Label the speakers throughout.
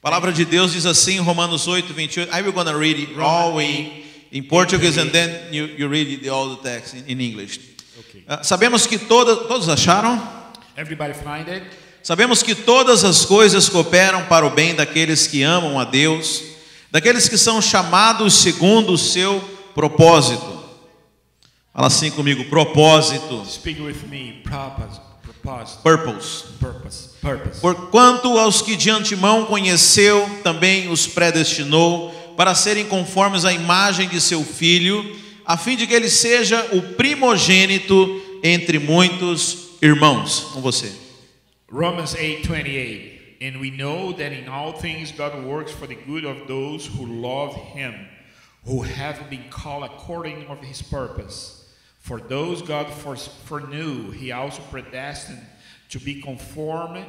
Speaker 1: palavra de Deus diz assim em Romanos 8, 28. I will gonna read it all in, in Portuguese and then you, you read the, all the text in, in English.
Speaker 2: Okay.
Speaker 1: Ah, sabemos que todas, todos acharam?
Speaker 2: Everybody find it?
Speaker 1: Sabemos que todas as coisas cooperam para o bem daqueles que amam a Deus, daqueles que são chamados segundo o seu propósito. Fala assim comigo, propósito,
Speaker 2: Speak with me. Purpose. Purpose.
Speaker 1: purpose.
Speaker 2: Purpose. Purpose.
Speaker 1: Porquanto aos que de antemão conheceu, também os predestinou para serem conformes à imagem de seu filho, a fim de que ele seja o primogênito entre muitos irmãos. Com você.
Speaker 2: Romans 8:28 And we know that in all things God works for the good of those who love him who have been called according of his purpose for those God fores- foreknew he also predestined to be conformed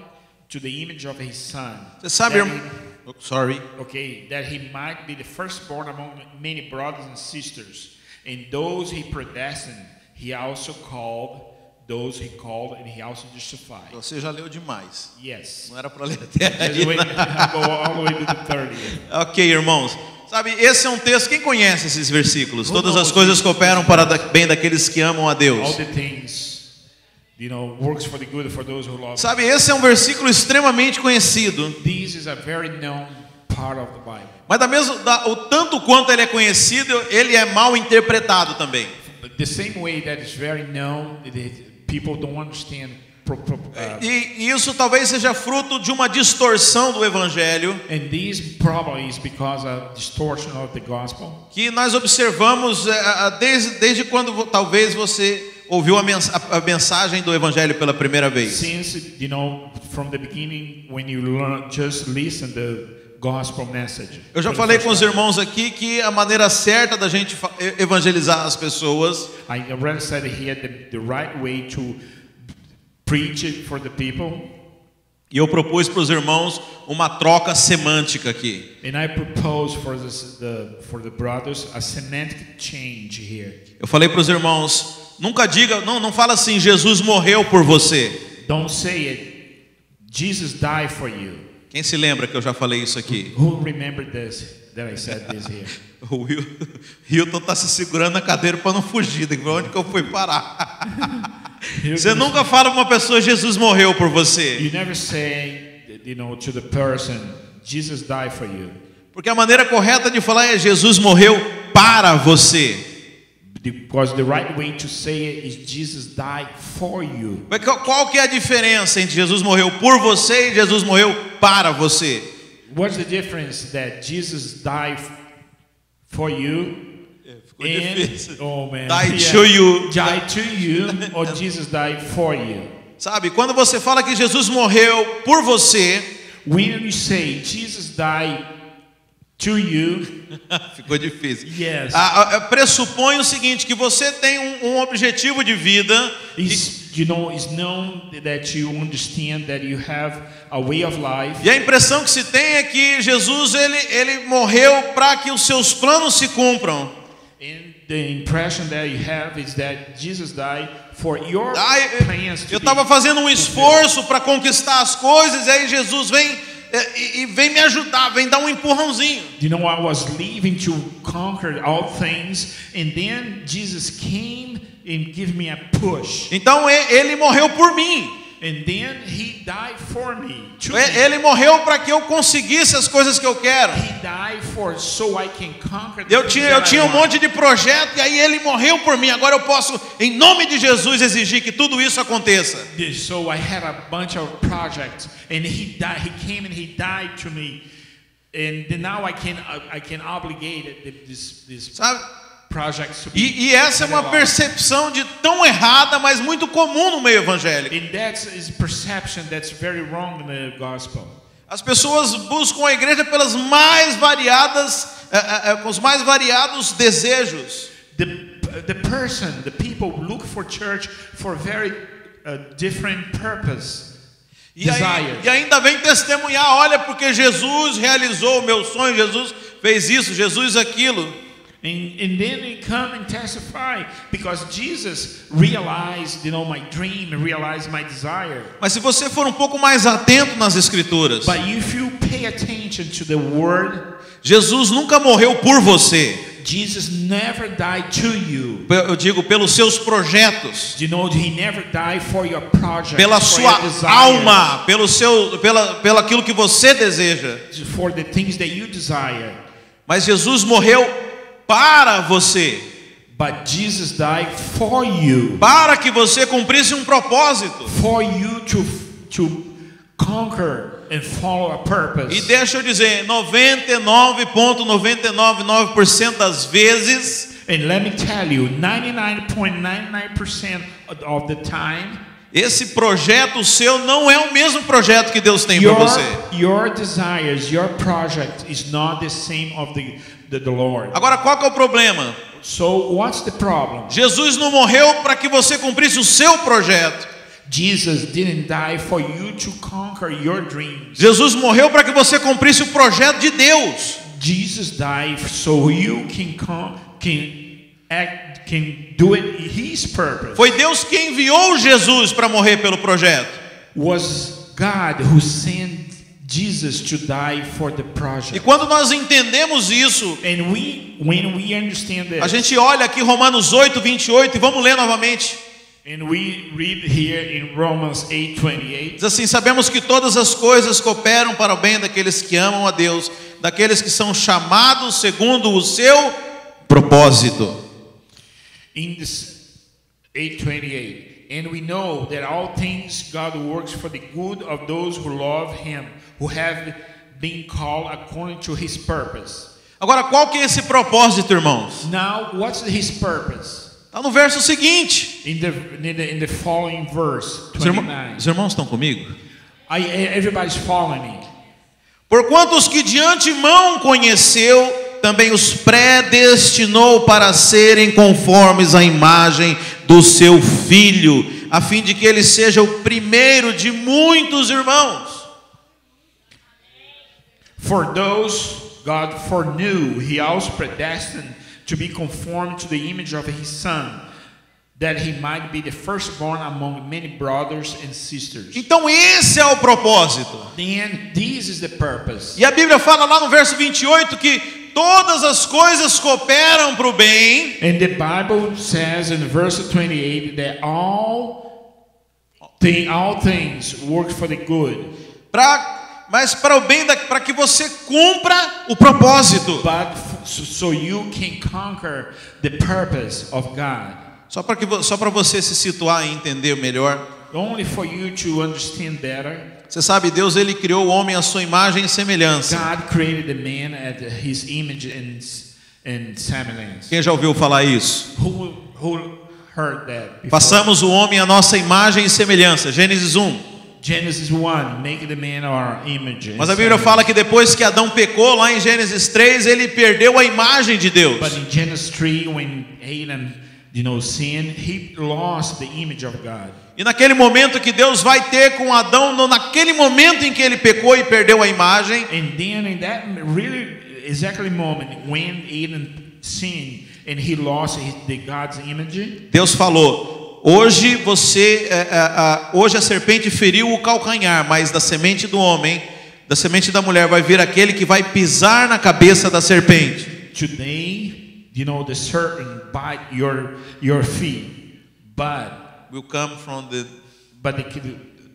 Speaker 2: to the image of his son
Speaker 1: Você sabe,
Speaker 2: that
Speaker 1: irmão? Oh, sorry.
Speaker 2: he- okay that he might be the firstborn among many brothers and sisters and those he predestined he also called those he called and he also justified
Speaker 1: Você já leu demais.
Speaker 2: yes
Speaker 1: Não era para ler até
Speaker 2: Just
Speaker 1: aí.
Speaker 2: wait, go all the way to the 30th.
Speaker 1: Ok, irmãos. Sabe, esse é um texto. Quem conhece esses versículos?
Speaker 2: Who
Speaker 1: Todas as
Speaker 2: knows?
Speaker 1: coisas cooperam para da- bem daqueles que amam a
Speaker 2: All
Speaker 1: Deus.
Speaker 2: the things, you know, works for the good for those who love.
Speaker 1: Sabe, esse é um versículo extremamente conhecido.
Speaker 2: This is a very known part of the Bible.
Speaker 1: Mas da mesmo, da- o tanto quanto ele é conhecido, ele é mal interpretado também.
Speaker 2: But the same way that it's very known, it, it- people don't understand. Pro, pro, uh,
Speaker 1: E, e isso talvez seja fruto de uma distorção do Evangelho
Speaker 2: and this probably is because of distortion of the gospel.
Speaker 1: que nós observamos eh, a- a- desde, desde quando vo- talvez você ouviu a, mens- a- a mensagem do Evangelho pela primeira vez.
Speaker 2: Since you know from the beginning, when you learn, just listen the gospel message.
Speaker 1: Eu já
Speaker 2: for the
Speaker 1: falei
Speaker 2: first
Speaker 1: com os
Speaker 2: time.
Speaker 1: irmãos aqui que a maneira certa da gente fa- e- evangelizar as pessoas
Speaker 2: I already said here the, the right way to preach it for the people,
Speaker 1: E eu propus para os irmãos uma troca semântica aqui.
Speaker 2: and I propose for this, the for the brothers a semantic change here.
Speaker 1: Eu falei para os irmãos, nunca diga, não, não fala assim, Jesus morreu por você.
Speaker 2: Don't say it. Jesus died for you.
Speaker 1: Quem se lembra que eu já falei isso aqui?
Speaker 2: Who remembered this that I said this here?
Speaker 1: O Wil- Hilton está se segurando na cadeira para não fugir, de onde que eu fui parar? Você nunca fala para uma pessoa, Jesus morreu por você.
Speaker 2: You never say you know to the person Jesus died for you.
Speaker 1: Porque a maneira correta de falar é, Jesus morreu para você.
Speaker 2: Because the right way to say it is Jesus died for you.
Speaker 1: Mas qual- Qual que é a diferença entre Jesus morreu por você e Jesus morreu para você?
Speaker 2: What's the difference that Jesus died f- for you?
Speaker 1: ficou difícil.
Speaker 2: oh man,
Speaker 1: Died to you.
Speaker 2: died to you, or Jesus died for you.
Speaker 1: Sabe, quando você fala que Jesus morreu por você,
Speaker 2: When you say Jesus died to you,
Speaker 1: ficou difícil.
Speaker 2: Yes.
Speaker 1: Ah, ah, pressupõe o seguinte, que você tem um, um objetivo de vida, e,
Speaker 2: is you know is known that you understand that you have a way of life,
Speaker 1: e a impressão que se tem é que Jesus ele, ele morreu para que os seus planos se cumpram.
Speaker 2: and the impression that you have is that Jesus died for your
Speaker 1: Ah, eu-
Speaker 2: plans to
Speaker 1: eu
Speaker 2: be-
Speaker 1: estava fazendo um esforço para conquistar as coisas, e aí Jesus vem eh, e, e vem me ajudar, vem dar um empurrãozinho.
Speaker 2: You know, I was leaving to conquer all things, and then Jesus came and gave me a push,
Speaker 1: Então e- ele morreu por mim.
Speaker 2: and then He died for me. to me.
Speaker 1: E- Ele morreu para que eu conseguisse as coisas que eu quero.
Speaker 2: He died for so I can conquer. the
Speaker 1: Eu
Speaker 2: things
Speaker 1: tinha,
Speaker 2: that
Speaker 1: eu
Speaker 2: I
Speaker 1: tinha um
Speaker 2: want.
Speaker 1: monte de projeto e aí ele morreu por mim. Agora eu posso, em nome de Jesus, exigir que tudo isso aconteça.
Speaker 2: This- So I had a bunch of projects, and He died. He came and He died to me, and then now I can uh, I can obligate it, th- this this
Speaker 1: Sabe?
Speaker 2: projects to be.
Speaker 1: E, e essa é uma percepção de tão errada, mas muito comum no meio evangélico.
Speaker 2: And that is perception that's very wrong in the gospel.
Speaker 1: As pessoas buscam a igreja pelas mais variadas, eh, eh, eh, com os mais variados desejos.
Speaker 2: The, the person, the people look for church for very uh, different purpose.
Speaker 1: E, aí-
Speaker 2: Desire.
Speaker 1: e ainda vem testemunhar: olha, porque Jesus realizou o meu sonho, Jesus fez isso, Jesus aquilo.
Speaker 2: And, and then they come and testify because Jesus realized, you know, my dream and realized my desire.
Speaker 1: Mas se você for um pouco mais atento nas Escrituras,
Speaker 2: But if you pay attention to the word,
Speaker 1: Jesus nunca morreu por você.
Speaker 2: Jesus never died to you.
Speaker 1: Pe- Eu digo, pelos seus projetos,
Speaker 2: You know, he never died for your project,
Speaker 1: pela
Speaker 2: for
Speaker 1: sua
Speaker 2: your desires,
Speaker 1: alma, pelo seu, pela, pelo aquilo que você deseja.
Speaker 2: for the things that you desire.
Speaker 1: Mas Jesus morreu para você,
Speaker 2: But Jesus died for you,
Speaker 1: para que você cumprisse um propósito.
Speaker 2: for you to to conquer and follow a purpose.
Speaker 1: E deixa eu dizer, 99.999% das vezes,
Speaker 2: And let me tell you, 99.99% of the time,
Speaker 1: esse projeto seu não é o mesmo projeto que Deus tem para
Speaker 2: your,
Speaker 1: você.
Speaker 2: your desires, your project is not the same of the, the, the Lord.
Speaker 1: Agora, qual que é o problema?
Speaker 2: So what's the problem?
Speaker 1: Jesus não morreu para que você cumprisse o seu projeto.
Speaker 2: Jesus didn't die for you to conquer your dreams.
Speaker 1: Jesus morreu para que você cumprisse o projeto de Deus.
Speaker 2: Jesus died so you can con- can act can do it his purpose.
Speaker 1: Foi Deus que enviou Jesus para morrer pelo projeto.
Speaker 2: Was God who sent Jesus to die for the
Speaker 1: E
Speaker 2: project.
Speaker 1: quando nós entendemos isso,
Speaker 2: And we when we understand
Speaker 1: a
Speaker 2: that
Speaker 1: gente olha aqui Romanos 8, 28 e vamos ler novamente.
Speaker 2: And we read here in Romans 8:28,
Speaker 1: Diz assim: Sabemos que todas as coisas cooperam para o bem daqueles que amam a Deus, daqueles que são chamados segundo o seu propósito.
Speaker 2: in this 8:28, and we know that all things God works for the good of those who love Him, who have been called according to His purpose.
Speaker 1: Agora, qual que é esse propósito, irmãos?
Speaker 2: Now, what's His purpose?
Speaker 1: Está no verso seguinte.
Speaker 2: In the in the, in the following verse
Speaker 1: Os, irmão-
Speaker 2: 29,
Speaker 1: os irmãos estão comigo?
Speaker 2: I, everybody's following me.
Speaker 1: Porquanto os que de antemão conheceu, também os predestinou para serem conformes à imagem do seu filho, a fim de que ele seja o primeiro de muitos irmãos.
Speaker 2: For those God foreknew, he also predestined to be conformed to the image of his Son, that he might be the firstborn among many brothers and sisters.
Speaker 1: Então esse é o propósito.
Speaker 2: Then, this is the purpose.
Speaker 1: E a Bíblia fala lá no verso 28 que todas as coisas cooperam para o bem,
Speaker 2: And the Bible says in verse 28 that all, thing, all things work for the good,
Speaker 1: pra, mas para o bem da- para que você cumpra o propósito.
Speaker 2: but f- so, so you can conquer the purpose of God.
Speaker 1: Só para que vo- só para você se situar e entender melhor.
Speaker 2: Only for you to understand better.
Speaker 1: Você sabe, Deus ele criou o homem à sua imagem e semelhança.
Speaker 2: God created the man at his image and and semblance.
Speaker 1: Quem já ouviu falar isso?
Speaker 2: Who who heard that? before?
Speaker 1: Façamos o homem à nossa imagem e semelhança. Gênesis 1.
Speaker 2: Genesis one, make the man our image. and
Speaker 1: Mas a Bíblia
Speaker 2: semblance.
Speaker 1: fala que depois que Adão pecou, lá em Gênesis 3, ele perdeu a imagem de Deus.
Speaker 2: But in Genesis three, when Adam, you know, sinned, he lost the image of God.
Speaker 1: E naquele momento que Deus vai ter com Adão, no- naquele momento em que ele pecou e perdeu a imagem,
Speaker 2: And then in that really exactly moment when Adam sinned and he lost his, the God's image,
Speaker 1: Deus falou: Hoje você, é, é, é, hoje a serpente feriu o calcanhar, mas da semente do homem, da semente da mulher, vai vir aquele que vai pisar na cabeça da serpente.
Speaker 2: today, you know, the serpent bite your your feet, but
Speaker 1: will come from the
Speaker 2: But the,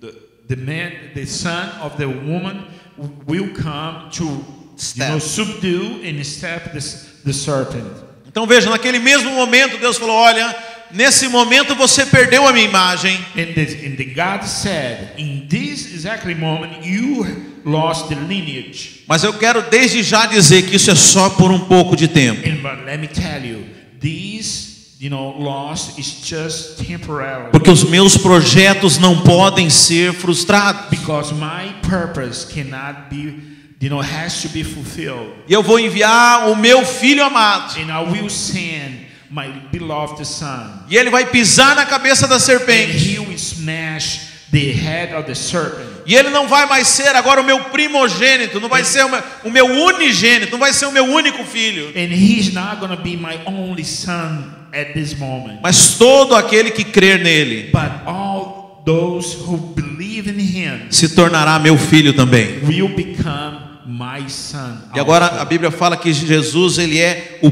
Speaker 2: the, the man, the son of the woman, w- will come to you
Speaker 1: Step.
Speaker 2: know, subdue and step this, the serpent.
Speaker 1: Então veja, naquele mesmo momento Deus falou: "Olha, nesse momento você perdeu a minha imagem,
Speaker 2: And the, and the God said, In this exactly moment, you lost the lineage.
Speaker 1: mas eu quero desde já dizer que isso é só por um pouco de tempo.
Speaker 2: And but let me tell you, this you know loss is just temporary
Speaker 1: Porque os meus projetos não podem ser frustrados.
Speaker 2: because my purpose cannot be, you know, has to be fulfilled.
Speaker 1: E eu vou enviar o meu filho amado,
Speaker 2: And I will send my beloved son.
Speaker 1: e ele vai pisar na cabeça da
Speaker 2: and
Speaker 1: serpente,
Speaker 2: he will smash the head of the serpent.
Speaker 1: E ele não vai mais ser agora o meu primogênito, não vai ser o meu, o meu unigênito, não vai ser o meu único filho.
Speaker 2: And he's not going to be my only son at this moment.
Speaker 1: Mas todo aquele que crer nele
Speaker 2: But all those who believe in him
Speaker 1: se tornará meu filho também.
Speaker 2: will become my son.
Speaker 1: E agora
Speaker 2: also.
Speaker 1: a Bíblia fala que Jesus ele é o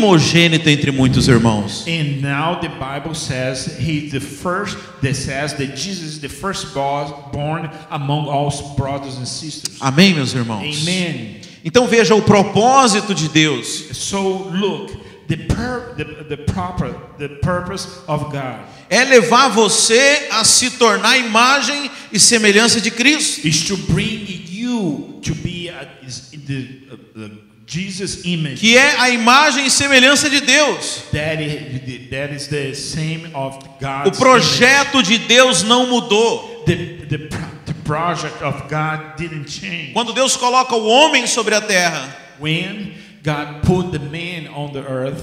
Speaker 1: primogênito entre muitos irmãos.
Speaker 2: And now the Bible says he's the first that says that Jesus is the first born among all brothers and sisters.
Speaker 1: Amém, meus irmãos.
Speaker 2: Amen.
Speaker 1: Então veja o propósito de Deus.
Speaker 2: So look, the, pur- the the proper the purpose of God
Speaker 1: é levar você a se tornar imagem e semelhança de Cristo.
Speaker 2: is to bring you to be a, is the, uh, the Jesus image.
Speaker 1: Que é a imagem e semelhança de Deus.
Speaker 2: That is, that is the same of
Speaker 1: O
Speaker 2: God's image.
Speaker 1: projeto de Deus não mudou.
Speaker 2: The, the, pro- the project of God didn't change.
Speaker 1: Quando Deus coloca o homem sobre a terra,
Speaker 2: When God put the man on the earth,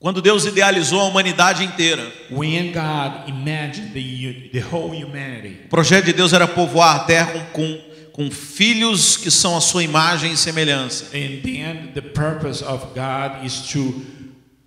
Speaker 1: quando Deus idealizou a humanidade inteira,
Speaker 2: when God imagined the, u- the whole humanity,
Speaker 1: o projeto de Deus era povoar a terra com, com, com filhos que são a sua imagem e semelhança.
Speaker 2: and then the purpose of God is to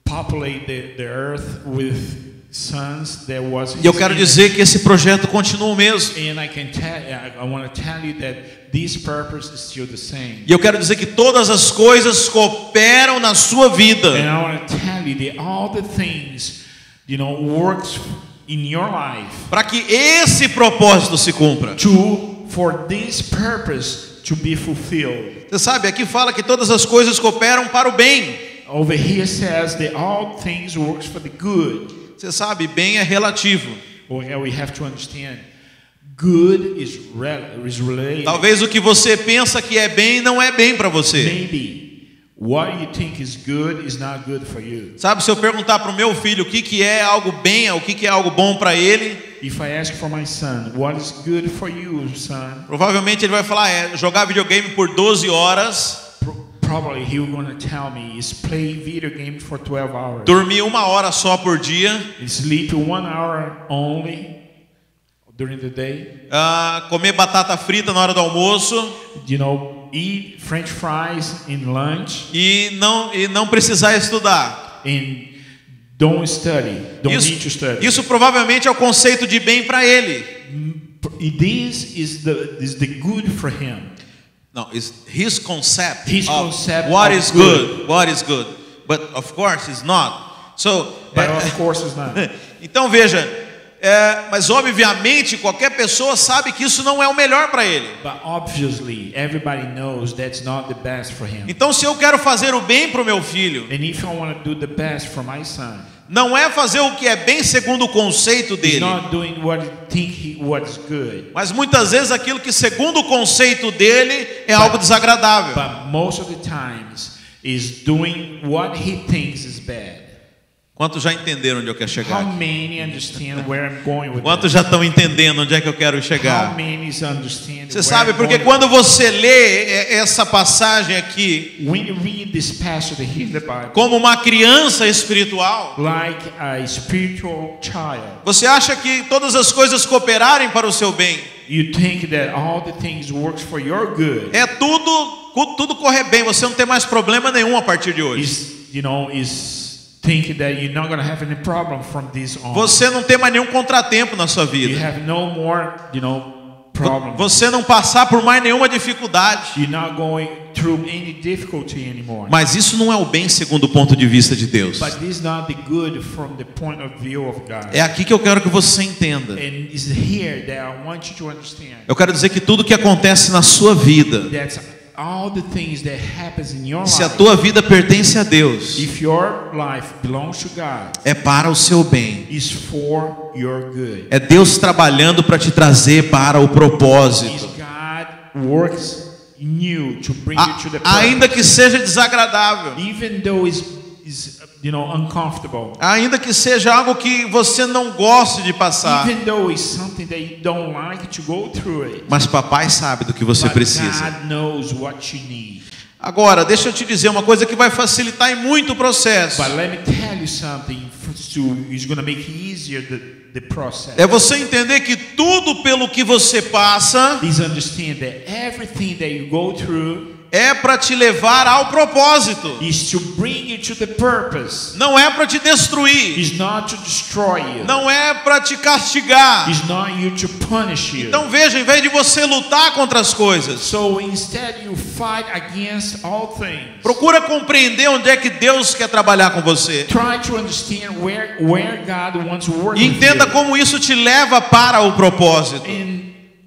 Speaker 2: populate the, the earth with sons that was
Speaker 1: E eu
Speaker 2: his
Speaker 1: quero
Speaker 2: image.
Speaker 1: dizer que esse projeto continua o mesmo.
Speaker 2: and I can tell I, I want to tell you that this purpose is still the same.
Speaker 1: E eu quero dizer que todas as coisas cooperam na sua vida
Speaker 2: And I want to tell you that all the things, you know, works in your life
Speaker 1: para que esse propósito se cumpra.
Speaker 2: to for this purpose to be fulfilled.
Speaker 1: Você sabe, aqui fala que todas as coisas cooperam para o bem.
Speaker 2: Over here says that all things works for the good.
Speaker 1: Você sabe, bem é relativo.
Speaker 2: Well, we have to understand, good is rel- is related.
Speaker 1: Talvez o que você pensa que é bem não é bem para você.
Speaker 2: Maybe what you think is good is not good for you.
Speaker 1: Sabe, se eu perguntar para o meu filho o que, que é algo bem, o que, que é algo bom para ele,
Speaker 2: If I ask for my son, what is good for you, son?
Speaker 1: provavelmente ele vai falar: é jogar videogame por 12 horas,
Speaker 2: Pro- Probably he will gonna tell me is play video game for 12 hours,
Speaker 1: dormir uma hora só por dia,
Speaker 2: sleep one hour only during the day.
Speaker 1: ah, comer batata frita na hora do almoço
Speaker 2: You know, eat French fries in lunch
Speaker 1: e não, e não precisar estudar.
Speaker 2: and don't study. Don't need to
Speaker 1: Isso,
Speaker 2: study.
Speaker 1: isso provavelmente é o conceito de bem para ele.
Speaker 2: This is the is the good for him.
Speaker 1: No, it's his concept
Speaker 2: His
Speaker 1: of
Speaker 2: concept
Speaker 1: what
Speaker 2: of
Speaker 1: is
Speaker 2: good.
Speaker 1: good. what is good. But of course it's not. So,
Speaker 2: But
Speaker 1: eh,
Speaker 2: of course it's not.
Speaker 1: então veja, eh, mas obviamente qualquer pessoa sabe que isso não é o melhor para ele.
Speaker 2: But obviously, everybody knows that's not the best for him.
Speaker 1: Então se eu quero fazer o bem para o meu filho,
Speaker 2: And if I want to do the best for my son,
Speaker 1: não é fazer o que é bem segundo o conceito
Speaker 2: he's
Speaker 1: dele,
Speaker 2: not doing what he think he, what's good.
Speaker 1: mas muitas vezes aquilo que segundo o conceito dele é algo desagradável.
Speaker 2: But most of the times, is doing what he thinks is bad.
Speaker 1: Quantos já entenderam onde eu quero
Speaker 2: How
Speaker 1: chegar?
Speaker 2: many understand where I'm going with
Speaker 1: Quantos
Speaker 2: this?
Speaker 1: já estão entendendo onde é que eu quero chegar?
Speaker 2: How many is understand
Speaker 1: Você
Speaker 2: where
Speaker 1: sabe,
Speaker 2: I'm
Speaker 1: porque
Speaker 2: going?
Speaker 1: quando você lê é, essa passagem aqui
Speaker 2: When you read this passage here in the Bible,
Speaker 1: como uma criança espiritual,
Speaker 2: like a spiritual child,
Speaker 1: você acha que todas as coisas cooperarem para o seu bem.
Speaker 2: you think that all the things works for your good.
Speaker 1: É tudo, cu- tudo correr bem, você não tem mais problema nenhum a partir de hoje.
Speaker 2: is you know is thinking that you're not gonna have any problem from this on.
Speaker 1: Você não tem mais nenhum contratempo na sua
Speaker 2: you
Speaker 1: vida.
Speaker 2: have no more you know problem.
Speaker 1: Você não passar por mais nenhuma dificuldade.
Speaker 2: you're not going through any difficulty anymore.
Speaker 1: Mas isso não é o bem segundo o ponto de vista de Deus.
Speaker 2: but this is not the good from the point of view of God.
Speaker 1: É aqui que eu quero que você entenda.
Speaker 2: and it's here that I want you to understand.
Speaker 1: Eu quero dizer que tudo que acontece na sua vida,
Speaker 2: That's all the things that happens in your
Speaker 1: se a
Speaker 2: life.
Speaker 1: tua vida pertence a Deus,
Speaker 2: If your life belongs to God,
Speaker 1: é para o seu bem.
Speaker 2: is for your good.
Speaker 1: É Deus trabalhando para te trazer para o
Speaker 2: Is
Speaker 1: propósito.
Speaker 2: God works in you to bring you to the
Speaker 1: A- Ah, ainda que seja desagradável,
Speaker 2: even though it's, it's you know uncomfortable
Speaker 1: ainda que seja algo que você não goste de passar,
Speaker 2: even though it's something that you don't like to go through it
Speaker 1: mas papai sabe do que você
Speaker 2: but
Speaker 1: precisa.
Speaker 2: God knows what you need
Speaker 1: Agora, deixa eu te dizer uma coisa que vai facilitar e muito o processo.
Speaker 2: But let me tell you something f- to, it's going to make easier the, the process.
Speaker 1: É você entender que tudo pelo que você passa
Speaker 2: Please understand that everything that you go through
Speaker 1: é para te levar ao propósito.
Speaker 2: is to bring you to the purpose.
Speaker 1: Não é para te destruir.
Speaker 2: It's not to destroy you.
Speaker 1: Não é para te castigar.
Speaker 2: It's not you to punish you.
Speaker 1: Então veja, em vez de você lutar contra as coisas,
Speaker 2: so instead you fight against all things.
Speaker 1: procura compreender onde é que Deus quer trabalhar com você.
Speaker 2: Try to understand where where God wants to work.
Speaker 1: E entenda
Speaker 2: with you.
Speaker 1: como isso te leva para o propósito.
Speaker 2: and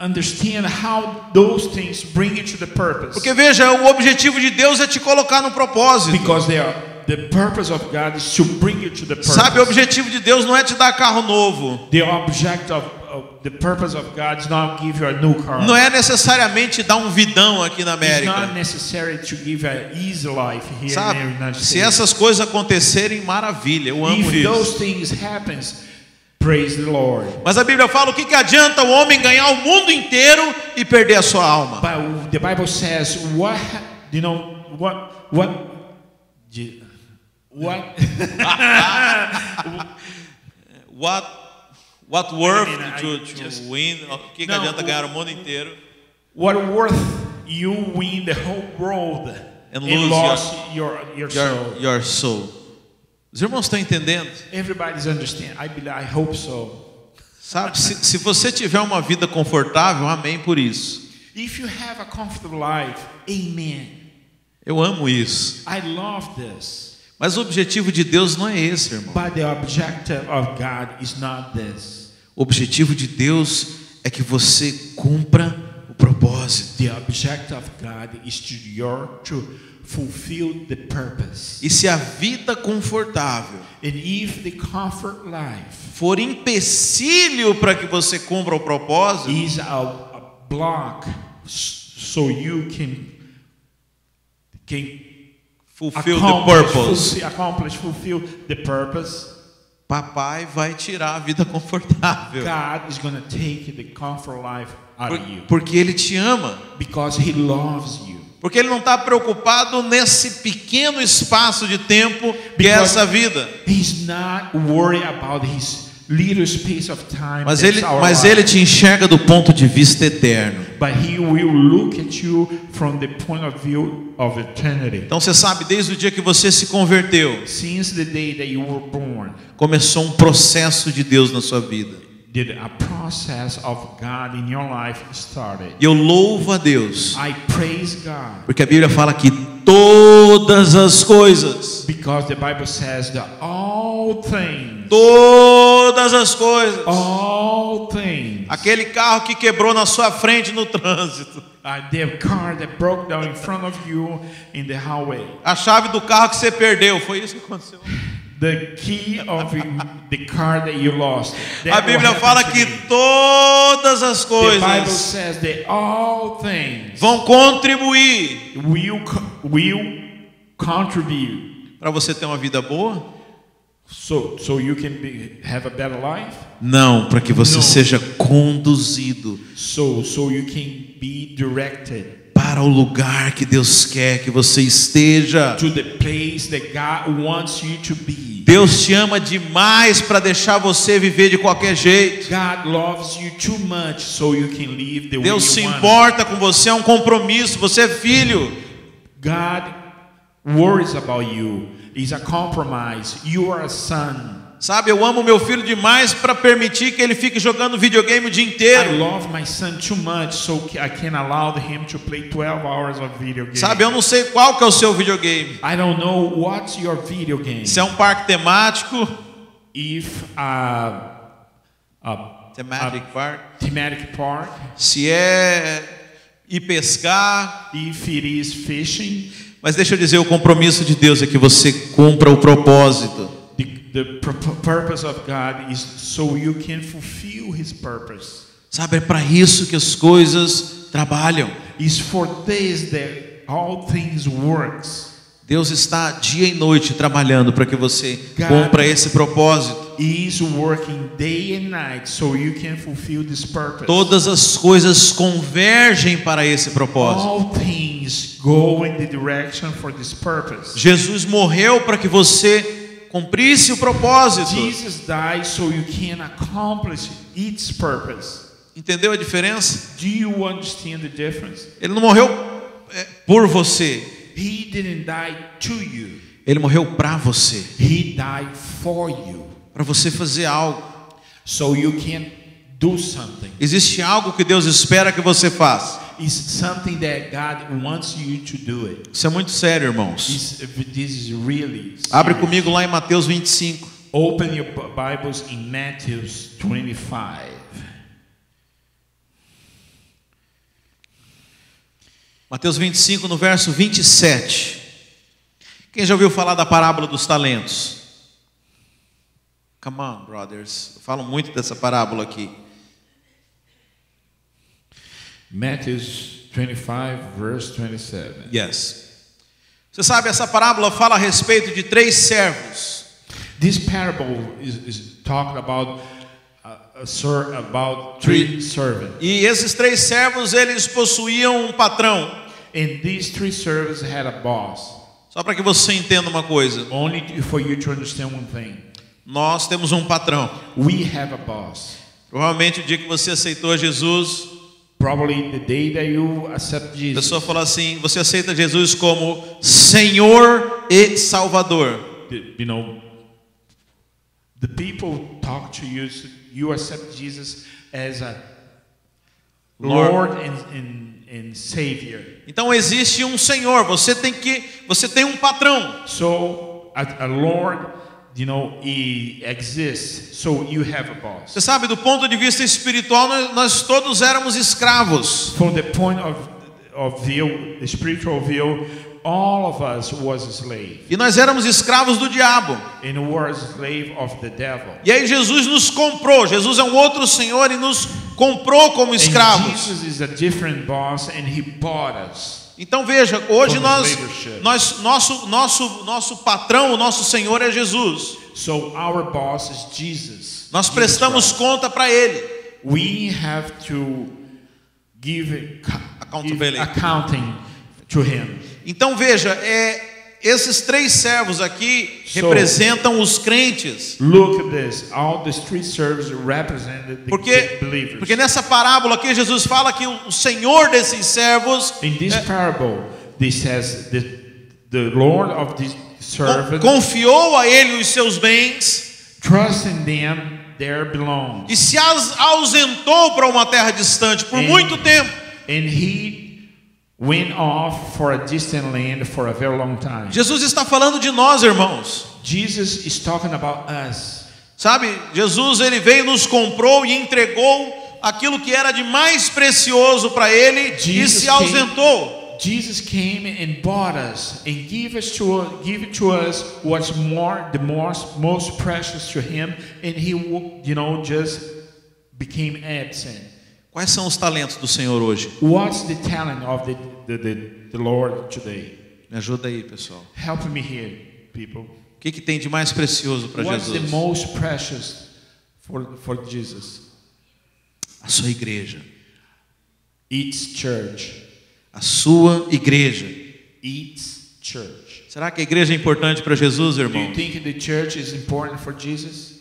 Speaker 2: understand how those things bring you to the purpose.
Speaker 1: Porque veja, o objetivo de Deus é te colocar no propósito.
Speaker 2: Because they are the purpose of God is to bring you to the purpose.
Speaker 1: Sabe, o objetivo de Deus não é te dar carro novo.
Speaker 2: the object of, of the purpose of God is not give you a new car.
Speaker 1: Não é necessariamente dar um vidão aqui na
Speaker 2: it's not
Speaker 1: América.
Speaker 2: necessary to give an easy life here
Speaker 1: Sabe,
Speaker 2: in the United
Speaker 1: se
Speaker 2: States.
Speaker 1: essas coisas acontecerem, maravilha, eu amo
Speaker 2: if
Speaker 1: isso.
Speaker 2: those things happens, praise the Lord.
Speaker 1: Mas a Bíblia fala: o que, que adianta o homem ganhar o mundo inteiro e perder a sua alma?
Speaker 2: But the Bible says what ha- you know what what Je- what
Speaker 1: What, what worth
Speaker 2: I mean, I
Speaker 1: to, to
Speaker 2: just-
Speaker 1: win? O que, que
Speaker 2: Não,
Speaker 1: adianta
Speaker 2: o-
Speaker 1: ganhar o mundo inteiro?
Speaker 2: what worth you win the whole world
Speaker 1: And lose your-
Speaker 2: lost your your, soul.
Speaker 1: Your, your soul. Os irmãos estão entendendo?
Speaker 2: Everybody's understand. I believe, I hope so.
Speaker 1: Sabe, se, se você tiver uma vida confortável, amém por isso.
Speaker 2: If you have a comfortable life, amen.
Speaker 1: Eu amo isso.
Speaker 2: I love this.
Speaker 1: Mas o objetivo de Deus não é esse, irmão.
Speaker 2: But the objective of God is not this.
Speaker 1: O objetivo de Deus é que você cumpra o propósito.
Speaker 2: The objective of God is to your to fulfill the purpose.
Speaker 1: E se a vida confortável
Speaker 2: And if the comfort life
Speaker 1: for empecilho para que você cumpra o propósito,
Speaker 2: is a, a block s- so you can can
Speaker 1: fulfill the
Speaker 2: accomplish,
Speaker 1: purpose.
Speaker 2: fulfill, accomplish fulfill the purpose.
Speaker 1: Papai vai tirar a vida confortável.
Speaker 2: God is gonna take the comfort life out
Speaker 1: Por-
Speaker 2: of you
Speaker 1: Porque ele te ama.
Speaker 2: because He loves you.
Speaker 1: Porque ele não está preocupado nesse pequeno espaço de tempo que é
Speaker 2: Because-
Speaker 1: essa vida.
Speaker 2: He's not worried about His little space of time.
Speaker 1: Mas
Speaker 2: that's
Speaker 1: ele,
Speaker 2: our
Speaker 1: mas
Speaker 2: life.
Speaker 1: ele te enxerga do ponto de vista eterno.
Speaker 2: but He will look at you from the point of view of eternity.
Speaker 1: Então você sabe, desde o dia que você se converteu,
Speaker 2: Since the day that you were born,
Speaker 1: começou um processo de Deus na sua vida.
Speaker 2: did a process of God in your life started.
Speaker 1: E eu louvo a Deus,
Speaker 2: I praise God
Speaker 1: porque a Bíblia fala que todas as coisas,
Speaker 2: because the Bible says that all things,
Speaker 1: todas as coisas,
Speaker 2: Oh. all things,
Speaker 1: aquele carro que quebrou na sua frente no trânsito,
Speaker 2: uh, the car that broke down in front of you in the highway,
Speaker 1: a chave do carro que você perdeu, foi isso que aconteceu.
Speaker 2: the key of the- the car that you lost. that
Speaker 1: A
Speaker 2: will
Speaker 1: Bíblia
Speaker 2: happen
Speaker 1: fala
Speaker 2: to
Speaker 1: que
Speaker 2: me.
Speaker 1: todas as
Speaker 2: the Bible
Speaker 1: coisas
Speaker 2: says that all things
Speaker 1: vão contribuir
Speaker 2: will co- will contribute
Speaker 1: para você ter uma vida boa?
Speaker 2: so so you can be, have a better life.
Speaker 1: Não, para que você
Speaker 2: Não.
Speaker 1: seja conduzido
Speaker 2: So so you can be directed.
Speaker 1: para o lugar que Deus quer que você esteja.
Speaker 2: to the place that God wants you to be.
Speaker 1: Deus te ama demais para deixar você viver de qualquer jeito.
Speaker 2: God loves you too much so you can live the
Speaker 1: Deus se
Speaker 2: way you want.
Speaker 1: importa com você, é um compromisso, você é filho.
Speaker 2: God worries about you. It's a compromise. You are a son.
Speaker 1: Sabe, eu amo meu filho demais para permitir que ele fique jogando videogame o dia
Speaker 2: I
Speaker 1: inteiro.
Speaker 2: love my son too much so ca- I can allow him to play 12 hours of video games.
Speaker 1: Sabe, eu não sei qual que é o seu videogame.
Speaker 2: I don't know what's your video game.
Speaker 1: Se é um parque temático,
Speaker 2: if uh, a
Speaker 1: thematic park,
Speaker 2: thematic park,
Speaker 1: se é ir pescar,
Speaker 2: if it is fishing,
Speaker 1: mas deixa eu dizer, o compromisso de Deus é que você cumpra o propósito.
Speaker 2: The, the pur- purpose of God is so you can fulfill His purpose.
Speaker 1: Sabe, é para isso que as coisas trabalham.
Speaker 2: It's for this that all things works.
Speaker 1: Deus está dia e noite trabalhando para que você
Speaker 2: God.
Speaker 1: cumpra esse propósito.
Speaker 2: Is working day and night so you can fulfill this purpose.
Speaker 1: Todas as coisas convergem para esse propósito.
Speaker 2: all things is going the direction for this purpose.
Speaker 1: Jesus morreu para que você cumprisse o propósito.
Speaker 2: Jesus died so you can accomplish its purpose.
Speaker 1: Entendeu a diferença?
Speaker 2: Do you understand the difference?
Speaker 1: Ele não morreu é, por você,
Speaker 2: He didn't die to you,
Speaker 1: ele morreu para você,
Speaker 2: He died for you.
Speaker 1: para você fazer algo.
Speaker 2: So you can do something.
Speaker 1: Existe algo que Deus espera que você faça.
Speaker 2: It's something that God wants you to do it.
Speaker 1: Isso é muito sério, irmãos.
Speaker 2: It's, this is really. serious.
Speaker 1: Abre comigo lá em Mateus 25.
Speaker 2: Open your B- Bibles in Matthew 25.
Speaker 1: Mateus 25, no verso 27. Quem já ouviu falar da parábola dos talentos? Come on, brothers. Eu falo muito dessa parábola aqui.
Speaker 2: Matthew 25, verse 27.
Speaker 1: Yes. Você sabe, essa parábola fala a respeito de três servos.
Speaker 2: This parable is, is talking about uh, a ser, about three servants,
Speaker 1: E esses três servos, eles possuíam um patrão.
Speaker 2: and these three servants had a boss.
Speaker 1: Só para que você entenda uma coisa.
Speaker 2: Only to- for you to understand one thing:
Speaker 1: Nós temos um patrão.
Speaker 2: we have a boss.
Speaker 1: Provavelmente o dia que você aceitou Jesus,
Speaker 2: Probably the day that you accept
Speaker 1: a
Speaker 2: Jesus,
Speaker 1: pessoa falou assim: você aceita Jesus como Senhor e Salvador.
Speaker 2: the- you know, the people talk to you. so You accept Jesus as a
Speaker 1: Lord.
Speaker 2: Lord, and, and, and Savior.
Speaker 1: Então existe um Senhor, você tem que, você tem um patrão.
Speaker 2: So a, a Lord, you know, he exists. So you have a boss.
Speaker 1: Você sabe, do ponto de vista espiritual, nós, nós todos éramos escravos.
Speaker 2: From the point of of view, the spiritual view, all of us was a slave,
Speaker 1: E nós éramos escravos do diabo.
Speaker 2: and were a slave of the devil.
Speaker 1: E aí Jesus nos comprou. Jesus é um outro Senhor e nos comprou como
Speaker 2: And
Speaker 1: escravos.
Speaker 2: Jesus is a different boss, and he bought us.
Speaker 1: Então veja, hoje
Speaker 2: Como
Speaker 1: nós,
Speaker 2: slavership.
Speaker 1: nós nosso, nosso, nosso patrão, o nosso Senhor é Jesus.
Speaker 2: So our boss is Jesus.
Speaker 1: Nós
Speaker 2: Jesus
Speaker 1: prestamos conta para Ele.
Speaker 2: Christ. We have to give, ac- give
Speaker 1: Accountability.
Speaker 2: accounting to him.
Speaker 1: Então veja, é, esses três servos aqui
Speaker 2: So-
Speaker 1: representam os crentes.
Speaker 2: Look at this. All the street servers represented the
Speaker 1: Porque,
Speaker 2: believers.
Speaker 1: porque nessa parábola aqui Jesus fala que o Senhor desses servos
Speaker 2: In this parable, this says the the Lord of this
Speaker 1: con-
Speaker 2: servant
Speaker 1: confiou a ele os seus bens
Speaker 2: trust in them their belongs,
Speaker 1: e se as- ausentou para uma terra distante por
Speaker 2: Em-
Speaker 1: muito tempo.
Speaker 2: and he went off for a distant land for a very long time.
Speaker 1: Jesus está falando de nós, irmãos.
Speaker 2: Jesus is talking about us.
Speaker 1: Sabe? Jesus ele veio, nos comprou e entregou aquilo que era de mais precioso para ele e
Speaker 2: Jesus
Speaker 1: se
Speaker 2: came-
Speaker 1: ausentou.
Speaker 2: Jesus came and bought us and gave us to give it to us what's more the most most precious to him, and he wa- you know just became absent.
Speaker 1: Quais são os talentos do Senhor hoje?
Speaker 2: What's the talent of the the, the, the Lord today?
Speaker 1: Me ajuda aí, pessoal.
Speaker 2: Help me here, people.
Speaker 1: O que, que tem de mais precioso para
Speaker 2: What's the
Speaker 1: Jesus?
Speaker 2: most precious for, for Jesus?
Speaker 1: A sua igreja.
Speaker 2: It's church.
Speaker 1: A sua igreja.
Speaker 2: It's church.
Speaker 1: Será que a igreja é importante para Jesus,
Speaker 2: Do you
Speaker 1: irmão?
Speaker 2: think the church is important for Jesus?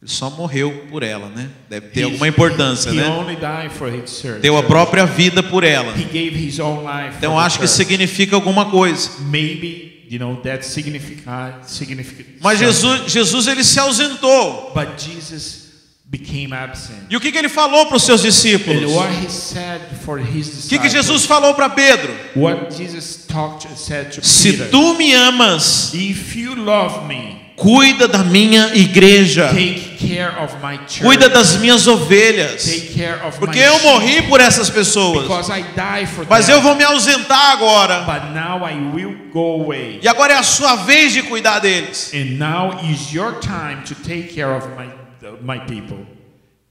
Speaker 1: Ele só morreu por ela, né? Deve ter
Speaker 2: He's-
Speaker 1: alguma importância,
Speaker 2: He
Speaker 1: né?
Speaker 2: only died for his church.
Speaker 1: Deu a própria vida por ela.
Speaker 2: He gave his own life.
Speaker 1: Então
Speaker 2: for the
Speaker 1: acho que
Speaker 2: church.
Speaker 1: significa alguma coisa.
Speaker 2: maybe you know that significa significant.
Speaker 1: Mas Jesus, Jesus ele se ausentou.
Speaker 2: But Jesus became absent.
Speaker 1: E o que, que ele falou para os seus discípulos?
Speaker 2: And what
Speaker 1: O
Speaker 2: he said for his
Speaker 1: que, que
Speaker 2: disciples.
Speaker 1: Jesus falou para Pedro?
Speaker 2: What Jesus talked said to Peter.
Speaker 1: Se tu me amas,
Speaker 2: If you love me,
Speaker 1: cuida da minha igreja,
Speaker 2: take care of my church.
Speaker 1: cuida das minhas ovelhas,
Speaker 2: Take care of
Speaker 1: porque
Speaker 2: my
Speaker 1: eu
Speaker 2: sheep,
Speaker 1: morri por essas pessoas,
Speaker 2: Because I die for
Speaker 1: mas
Speaker 2: them.
Speaker 1: eu vou me ausentar agora.
Speaker 2: But now I will go away.
Speaker 1: E agora é a sua vez de cuidar deles.
Speaker 2: And now is your time to take care of my uh, my people.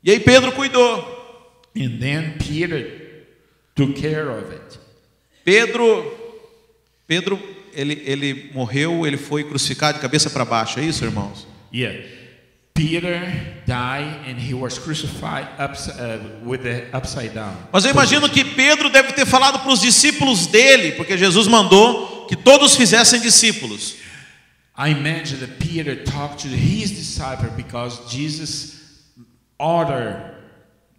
Speaker 1: E aí Pedro cuidou.
Speaker 2: And then Peter took care of it.
Speaker 1: Pedro, Pedro, ele, ele morreu, ele foi crucificado de cabeça para baixo, é isso, irmãos?
Speaker 2: Yeah. Peter died and he was crucified ups, uh, with the upside down.
Speaker 1: Mas eu imagino que Pedro deve ter falado para os discípulos dele, porque Jesus mandou que todos fizessem discípulos.
Speaker 2: I imagine that Peter talked to his disciple because Jesus ordered,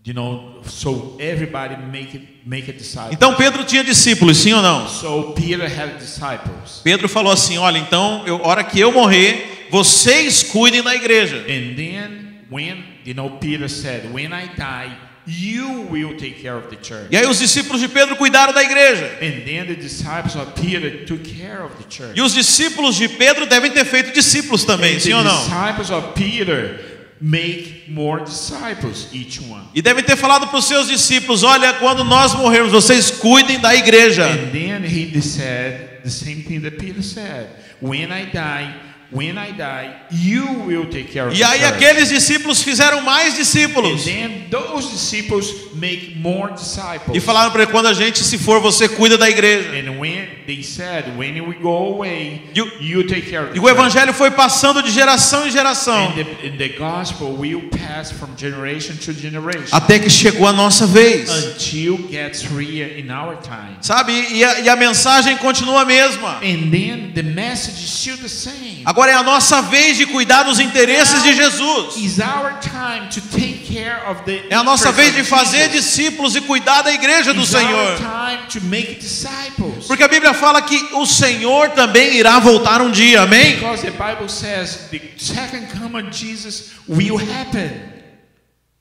Speaker 2: you know, so everybody make it make a disciple.
Speaker 1: Então Pedro tinha discípulos, sim ou não?
Speaker 2: so Peter had disciples,
Speaker 1: Pedro falou assim: Olha, então, eu, hora que eu morrer, vocês cuidem da igreja.
Speaker 2: and then when you know Peter said, "When I die, you will take care of the church."
Speaker 1: E aí os discípulos de Pedro cuidaram da igreja.
Speaker 2: And then the disciples of Peter took care of the church.
Speaker 1: E os discípulos de Pedro devem ter feito discípulos também,
Speaker 2: and the
Speaker 1: sim ou não?
Speaker 2: disciples of Peter make more disciples each one.
Speaker 1: E devem ter falado para os seus discípulos: Olha, quando nós morrermos, vocês cuidem da igreja.
Speaker 2: And then he said the same thing that Peter said. When I die, when I die, you will take care of
Speaker 1: E aí
Speaker 2: the church."
Speaker 1: aqueles discípulos fizeram mais
Speaker 2: And
Speaker 1: discípulos.
Speaker 2: then those disciples make more disciples.
Speaker 1: E falaram para ele: quando a gente se for, você cuida da igreja.
Speaker 2: And when they said, when we go away,
Speaker 1: You-
Speaker 2: you take care of
Speaker 1: E
Speaker 2: the
Speaker 1: o
Speaker 2: church."
Speaker 1: evangelho foi passando de geração em geração,
Speaker 2: And the, and the gospel will pass from generation to generation
Speaker 1: até que chegou a nossa vez.
Speaker 2: until gets here in our time.
Speaker 1: Sabe? E a, e a mensagem continua a mesma.
Speaker 2: And then the message is still the same.
Speaker 1: Agora é a nossa vez de cuidar dos interesses de Jesus.
Speaker 2: It's our time to take care of the
Speaker 1: É a nossa
Speaker 2: interest
Speaker 1: vez de
Speaker 2: of
Speaker 1: fazer
Speaker 2: Jesus.
Speaker 1: discípulos e cuidar da igreja do
Speaker 2: It's our
Speaker 1: Senhor.
Speaker 2: time to make disciples.
Speaker 1: Porque a Bíblia fala que o Senhor também irá voltar um dia, amém?
Speaker 2: Because the Bible says the second coming of Jesus will happen.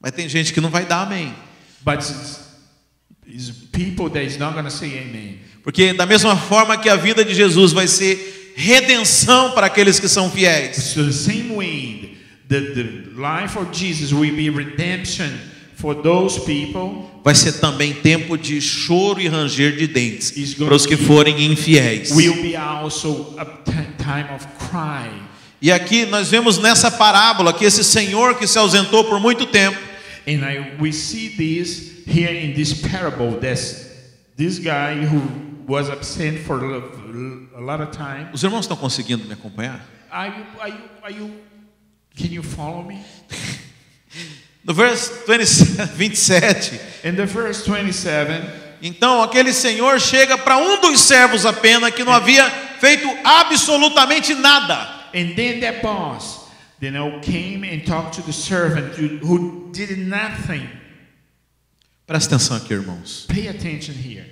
Speaker 1: Mas tem gente que não vai dar amém.
Speaker 2: But it's, it's people that is not going to say amen.
Speaker 1: Porque da mesma forma que a vida de Jesus vai ser redenção para aqueles que são fiéis.
Speaker 2: So the same way the, the life of Jesus will be redemption for those people.
Speaker 1: vai ser também tempo de choro e ranger de dentes
Speaker 2: Isso.
Speaker 1: para os que forem infiéis.
Speaker 2: Will be also a t- time of cry.
Speaker 1: E aqui nós vemos nessa parábola que esse senhor que se ausentou por muito tempo,
Speaker 2: And I, we see this here in this parable. This this guy who was absent for a lo- a lot of time.
Speaker 1: os irmãos estão conseguindo me acompanhar?
Speaker 2: Are you, are you, are you, can you follow me?
Speaker 1: No verso 20 27,
Speaker 2: In the verse 27,
Speaker 1: então aquele senhor chega para um dos servos apenas que não havia feito absolutamente nada.
Speaker 2: and then the boss, you know, came and talked to the servant who, who did nothing.
Speaker 1: Presta atenção aqui, irmãos.
Speaker 2: Pay attention here.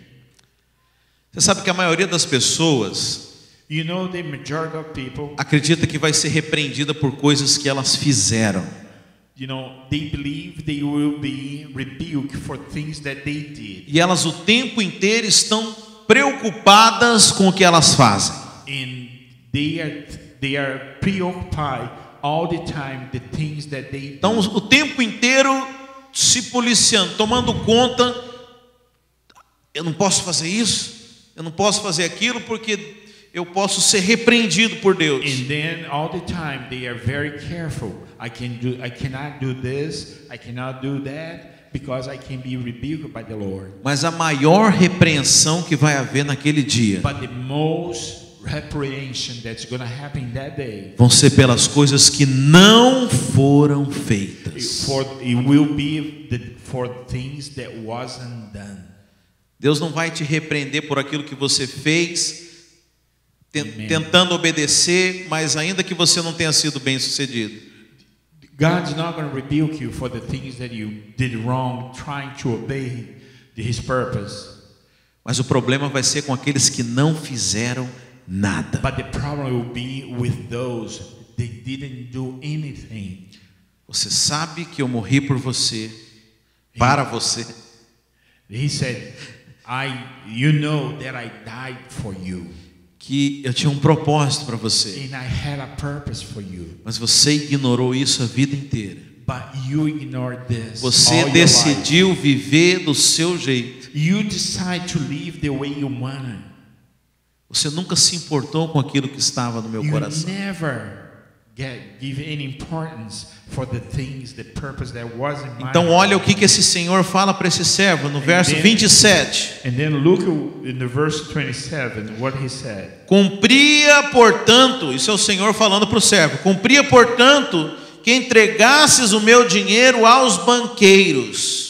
Speaker 1: Você sabe que a maioria das pessoas
Speaker 2: You know, the majority of people,
Speaker 1: acredita que vai ser repreendida por coisas que elas fizeram.
Speaker 2: you know, they believe they will be rebuked for things that they did.
Speaker 1: E elas o tempo inteiro estão preocupadas com o que elas fazem.
Speaker 2: and they are they are preoccupied all the time the things that they
Speaker 1: Então, o tempo inteiro se policiando, tomando conta. Eu não posso fazer isso, eu não posso fazer aquilo, porque eu posso ser repreendido por Deus.
Speaker 2: and then all the time they are very careful i can do i cannot do this i cannot do that because i can be rebuked by the lord
Speaker 1: Mas a maior repreensão que vai haver naquele dia
Speaker 2: but the most reprehension that's going to happen that day
Speaker 1: vão ser pelas coisas que não foram feitas.
Speaker 2: for it will be the, for things that wasn't done
Speaker 1: Deus não vai te repreender por aquilo que você fez, te-
Speaker 2: Amém.
Speaker 1: tentando obedecer, mas ainda que você não tenha sido bem sucedido.
Speaker 2: God's not going to rebuke you for the things that you did wrong trying to obey his purpose
Speaker 1: Mas o problema vai ser com aqueles que não fizeram nada.
Speaker 2: But the problem will be with those they didn't do anything.
Speaker 1: Você sabe que eu morri por você, para você,
Speaker 2: He said, "I, you know that I died for you,
Speaker 1: que eu tinha um propósito para você,
Speaker 2: and I had a purpose for you,
Speaker 1: mas você ignorou isso a vida inteira.
Speaker 2: but you ignored this. all
Speaker 1: Você
Speaker 2: your life.
Speaker 1: decidiu viver do seu jeito.
Speaker 2: You decide to live the way you wanted.
Speaker 1: Você nunca se importou com aquilo que estava no meu
Speaker 2: You
Speaker 1: coração.
Speaker 2: never get give any importance for the things, the purpose that was in mind.
Speaker 1: Então olha o que, que esse Senhor fala para esse servo no verso 27.
Speaker 2: and then look in the verse 27 what he said.
Speaker 1: Cumpria, portanto, isso é o Senhor falando para o servo, cumpria, portanto, que entregasses o meu dinheiro aos banqueiros.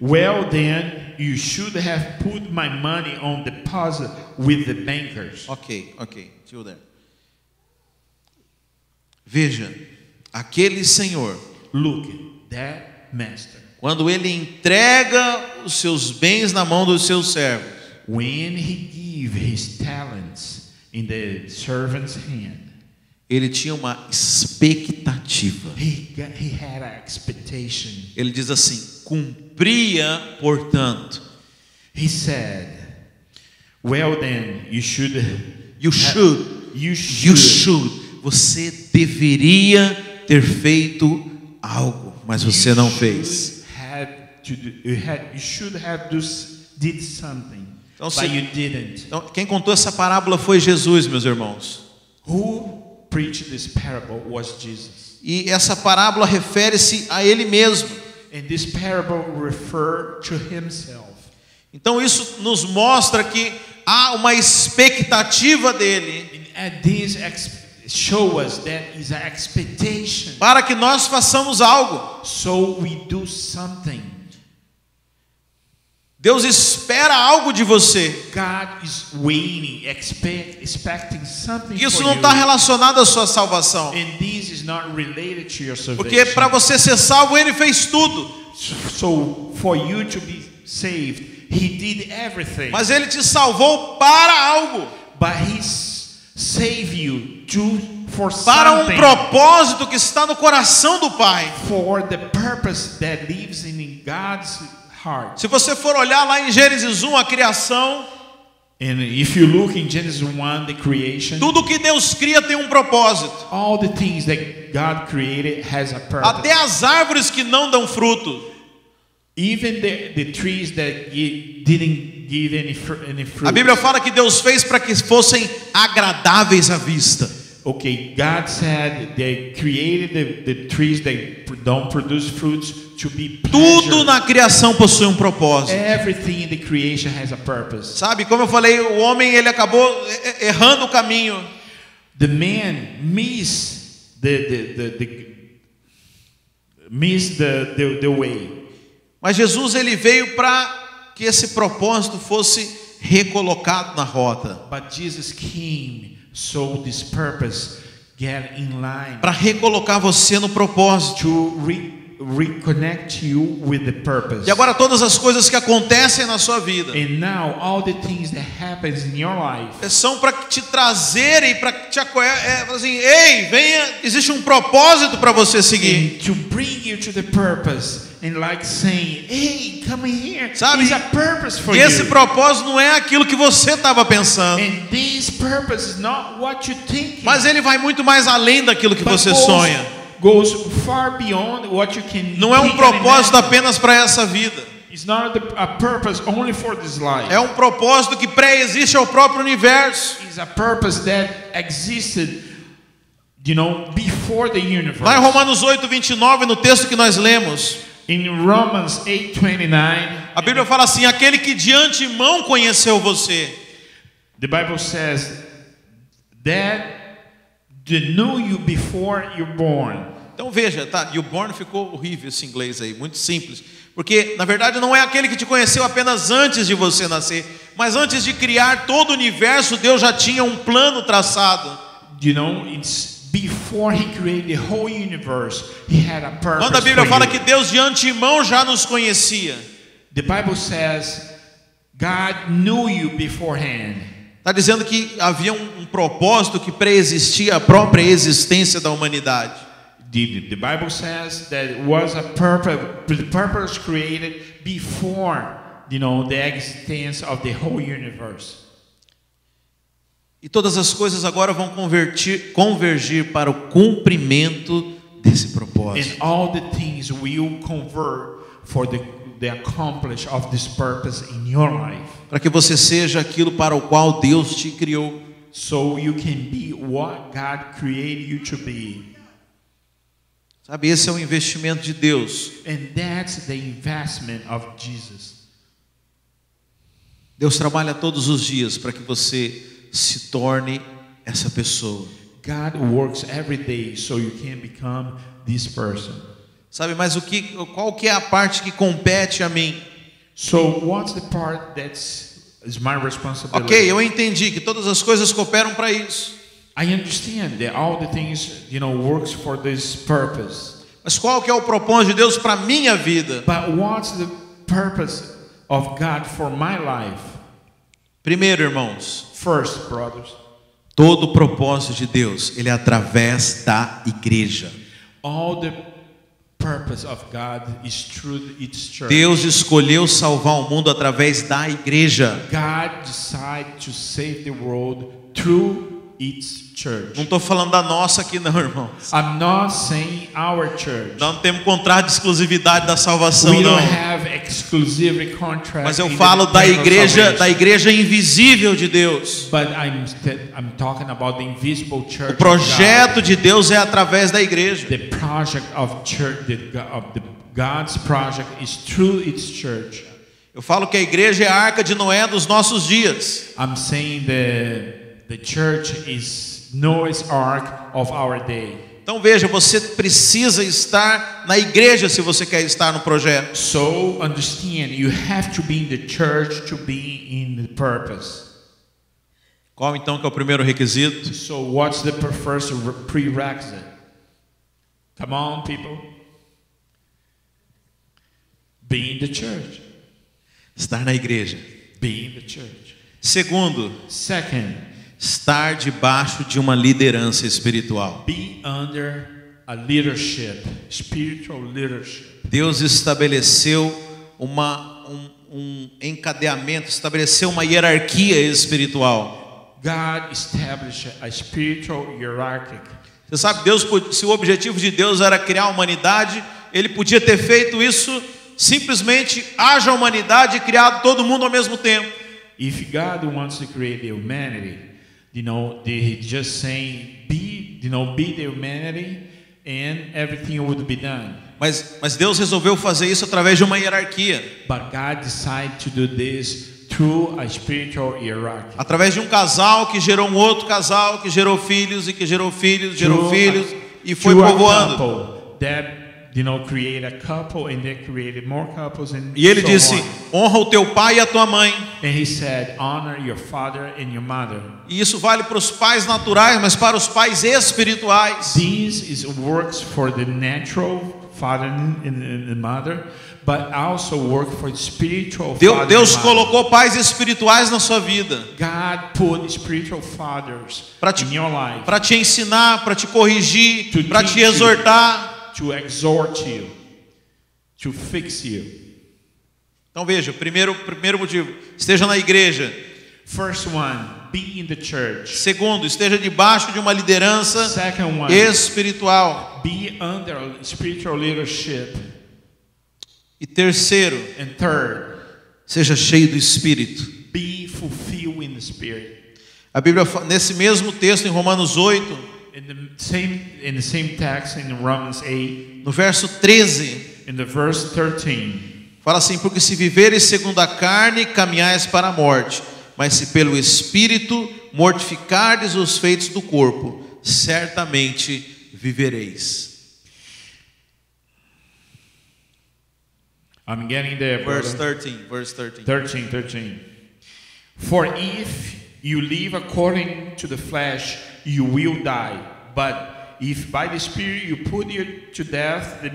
Speaker 2: Well, then, you should have put my money on deposit with the bankers.
Speaker 1: Ok, ok, till there. Veja, aquele senhor,
Speaker 2: Look, that master,
Speaker 1: quando ele entrega os seus bens na mão dos seus servos,
Speaker 2: when he gave his talents in the servant's hand,
Speaker 1: ele tinha uma expectativa.
Speaker 2: he, got, he had an expectation.
Speaker 1: Ele diz assim: cumpria, portanto.
Speaker 2: He said, Well, then, you should.
Speaker 1: You should,
Speaker 2: You should.
Speaker 1: you should. Você deveria ter feito algo, mas você não fez.
Speaker 2: Had to do, you, had, you should have dus- did something,
Speaker 1: Então,
Speaker 2: but
Speaker 1: se-
Speaker 2: you didn't.
Speaker 1: Então, quem contou essa parábola foi Jesus, meus irmãos.
Speaker 2: Who preached this parable was Jesus.
Speaker 1: E essa parábola refere-se a ele mesmo.
Speaker 2: And this parable referred to himself.
Speaker 1: Então isso nos mostra que há uma expectativa dele
Speaker 2: And at this ex- show us that is an expectation.
Speaker 1: para que nós façamos algo.
Speaker 2: So we do something.
Speaker 1: Deus espera algo de você.
Speaker 2: God is waiting, expect, expecting something
Speaker 1: Isso
Speaker 2: for
Speaker 1: não
Speaker 2: you.
Speaker 1: está relacionado à sua salvação.
Speaker 2: And this is not related to your
Speaker 1: Porque
Speaker 2: salvation.
Speaker 1: para você ser salvo, ele fez tudo.
Speaker 2: So for you to be saved, he did everything.
Speaker 1: Mas ele te salvou para algo.
Speaker 2: But he s- saved you to for
Speaker 1: Para um
Speaker 2: something,
Speaker 1: propósito que está no coração do Pai.
Speaker 2: for the purpose that lives in God's heart.
Speaker 1: Se você for olhar lá em Gênesis 1, a criação,
Speaker 2: And if you look in Genesis 1, the creation,
Speaker 1: Tudo que Deus cria tem um propósito.
Speaker 2: all the things that God created has a
Speaker 1: Até
Speaker 2: purpose.
Speaker 1: as árvores que não dão fruto.
Speaker 2: Even the, the trees that gi- didn't give any, fr- any fruit.
Speaker 1: A Bíblia fala que Deus fez para que fossem agradáveis à vista.
Speaker 2: Okay, God said they created the, the trees that pr- don't produce fruits to be
Speaker 1: Tudo
Speaker 2: pleasure.
Speaker 1: na criação possui um propósito.
Speaker 2: Everything in the creation has a purpose.
Speaker 1: Sabe, como eu falei, o homem ele acabou er- errando o caminho.
Speaker 2: The man miss the the the, the miss the, the the way.
Speaker 1: Mas Jesus ele veio para que esse propósito fosse recolocado na rota,
Speaker 2: But Jesus came so this purpose get in line
Speaker 1: para recolocar você no propósito.
Speaker 2: to re, reconnect you with the purpose.
Speaker 1: E agora todas as coisas que acontecem na sua vida é
Speaker 2: And now all the things that happens in your life
Speaker 1: são para te trazerem, para te acolher, é, falar assim, ei, venha, existe um propósito para você seguir.
Speaker 2: and to bring you to the purpose and like saying, "Hey, come here.
Speaker 1: Sabe?
Speaker 2: There's a purpose for
Speaker 1: E esse
Speaker 2: you."
Speaker 1: propósito não é aquilo que você estava pensando,
Speaker 2: And this purpose is not what you think.
Speaker 1: mas ele vai muito mais além daquilo que
Speaker 2: But
Speaker 1: você
Speaker 2: goes-
Speaker 1: sonha.
Speaker 2: Goes far beyond what you can
Speaker 1: Não é um
Speaker 2: think and
Speaker 1: propósito
Speaker 2: imagine.
Speaker 1: apenas para essa vida,
Speaker 2: It's not the- a purpose only for this life.
Speaker 1: é um propósito que pré-existe ao próprio universo.
Speaker 2: It's a purpose that existed, you know, before the universe.
Speaker 1: Lá em Romanos 8, 29, no texto que nós lemos,
Speaker 2: In Romans 8:29,
Speaker 1: a Bíblia fala assim: aquele que de antemão conheceu você,
Speaker 2: the Bible says that they knew you before you're born.
Speaker 1: Então veja, tá, e o born ficou horrível esse inglês aí, muito simples. Porque, na verdade, não é aquele que te conheceu apenas antes de você nascer, mas antes de criar todo o universo, Deus já tinha um plano traçado.
Speaker 2: You know, it's before he created the whole universe, he had a purpose.
Speaker 1: Quando a Bíblia
Speaker 2: for
Speaker 1: fala
Speaker 2: you.
Speaker 1: que Deus de antemão já nos conhecia,
Speaker 2: The Bible says God knew you beforehand.
Speaker 1: está tá dizendo que havia um, um propósito que preexistia à própria existência da humanidade.
Speaker 2: The, the Bible says that it was a purpose, the purpose created before, you know, the existence of the whole universe.
Speaker 1: E todas as coisas agora vão convertir- convergir para o cumprimento desse propósito.
Speaker 2: And all the things will convert for the, the accomplish of this purpose in your life.
Speaker 1: Para que você seja aquilo para o qual Deus te criou.
Speaker 2: So you can be what God created you to be.
Speaker 1: Sabe, esse é o investimento de Deus.
Speaker 2: And that's the investment of Jesus.
Speaker 1: Deus trabalha todos os dias para que você se torne essa pessoa.
Speaker 2: God works every day so you can become this person.
Speaker 1: Sabe, mas o que, qual que é a parte que compete a mim?
Speaker 2: So what's the part that's is my responsibility?
Speaker 1: Ok, eu entendi que todas as coisas cooperam para isso.
Speaker 2: I understand that all the things you know works for this purpose.
Speaker 1: Mas qual que é o propósito de Deus para minha vida?
Speaker 2: But what's the purpose of God for my life?
Speaker 1: Primeiro, irmãos,
Speaker 2: First, brothers,
Speaker 1: todo o propósito de Deus, ele é através da igreja.
Speaker 2: all the purpose of God is through its church.
Speaker 1: Deus escolheu salvar o mundo através da igreja.
Speaker 2: God decided to save the world through its
Speaker 1: Não
Speaker 2: church.
Speaker 1: estou falando da nossa aqui não, irmãos.
Speaker 2: I'm not saying our church.
Speaker 1: Não temos contrato de exclusividade da salvação
Speaker 2: We
Speaker 1: não.
Speaker 2: don't have exclusive contract.
Speaker 1: Mas eu
Speaker 2: in the
Speaker 1: falo da
Speaker 2: plan of
Speaker 1: igreja,
Speaker 2: salvation.
Speaker 1: da igreja invisível de Deus.
Speaker 2: But I'm st- I'm talking about the invisible church.
Speaker 1: O
Speaker 2: of
Speaker 1: projeto
Speaker 2: God.
Speaker 1: de Deus é através da igreja.
Speaker 2: the project of church, the, go- of the God's project is through its church.
Speaker 1: Eu falo que a igreja é a arca de Noé dos nossos dias.
Speaker 2: I'm saying the the church is Noah's ark of our day.
Speaker 1: Então veja, você precisa estar na igreja se você quer estar no projeto.
Speaker 2: So understand, you have to be in the church to be in the purpose.
Speaker 1: Qual então que é o primeiro requisito?
Speaker 2: So what's the per- first re- prerequisite? Come on, people. Be in the church.
Speaker 1: Estar na igreja.
Speaker 2: Be in the church.
Speaker 1: Segundo,
Speaker 2: Second,
Speaker 1: estar debaixo de uma liderança espiritual.
Speaker 2: be under a leadership, spiritual leadership.
Speaker 1: Deus estabeleceu uma, um, um encadeamento, estabeleceu uma hierarquia espiritual.
Speaker 2: God established a spiritual hierarchy.
Speaker 1: Você sabe, Deus, pod- se o objetivo de Deus era criar a humanidade, ele podia ter feito isso simplesmente haja humanidade e criado todo mundo ao mesmo tempo.
Speaker 2: If God wants to create the humanity, you know, the, he just saying be, you know, be the humanity, and everything would be done.
Speaker 1: Mas, mas Deus resolveu fazer isso através de uma hierarquia,
Speaker 2: But God decided to do this through a spiritual hierarchy.
Speaker 1: através de um casal que gerou um outro casal, que gerou filhos e que gerou filhos, gerou
Speaker 2: Through a-
Speaker 1: filhos
Speaker 2: ah,
Speaker 1: e foi
Speaker 2: through a então,
Speaker 1: povoando.
Speaker 2: couple That, you know, create a couple, and they created more couples, and
Speaker 1: E ele
Speaker 2: so
Speaker 1: disse:
Speaker 2: on.
Speaker 1: honra o teu pai e a tua mãe.
Speaker 2: And he said, honor your father and your mother.
Speaker 1: E isso vale para os pais naturais, mas para os pais espirituais.
Speaker 2: This is works for the natural father and, and- and mother, but also work for the spiritual father.
Speaker 1: Deus, Deus
Speaker 2: and mother.
Speaker 1: colocou pais espirituais na sua vida
Speaker 2: God put spiritual fathers
Speaker 1: Pra te-
Speaker 2: in your life
Speaker 1: para te ensinar, para te
Speaker 2: To
Speaker 1: corrigir, para te
Speaker 2: teach you.
Speaker 1: exortar.
Speaker 2: to exhort you, to fix you.
Speaker 1: Então veja, primeiro, primeiro motivo, esteja na igreja.
Speaker 2: First one, be in the church.
Speaker 1: Segundo, esteja debaixo de uma liderança
Speaker 2: Second one,
Speaker 1: espiritual.
Speaker 2: be under spiritual leadership.
Speaker 1: E terceiro,
Speaker 2: And third,
Speaker 1: seja cheio do Espírito.
Speaker 2: be fulfilled in the spirit.
Speaker 1: A Bíblia, fa- nesse mesmo texto, em Romanos 8,
Speaker 2: In the same in the same text in Romans 8,
Speaker 1: no verso 13,
Speaker 2: In the verse 13,
Speaker 1: Fala assim: porque se viveres segundo a carne, caminhais para a morte, mas se pelo Espírito mortificardes os feitos do corpo, certamente vivereis.
Speaker 2: I'm getting there.
Speaker 1: Verse
Speaker 2: brother.
Speaker 1: 13, verse 13.
Speaker 2: 13, 13. For if you live according to the flesh, you will die. But if by the Spirit you put you to death the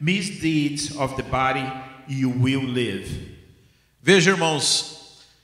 Speaker 2: misdeeds of the body, you will live.
Speaker 1: Veja, irmãos,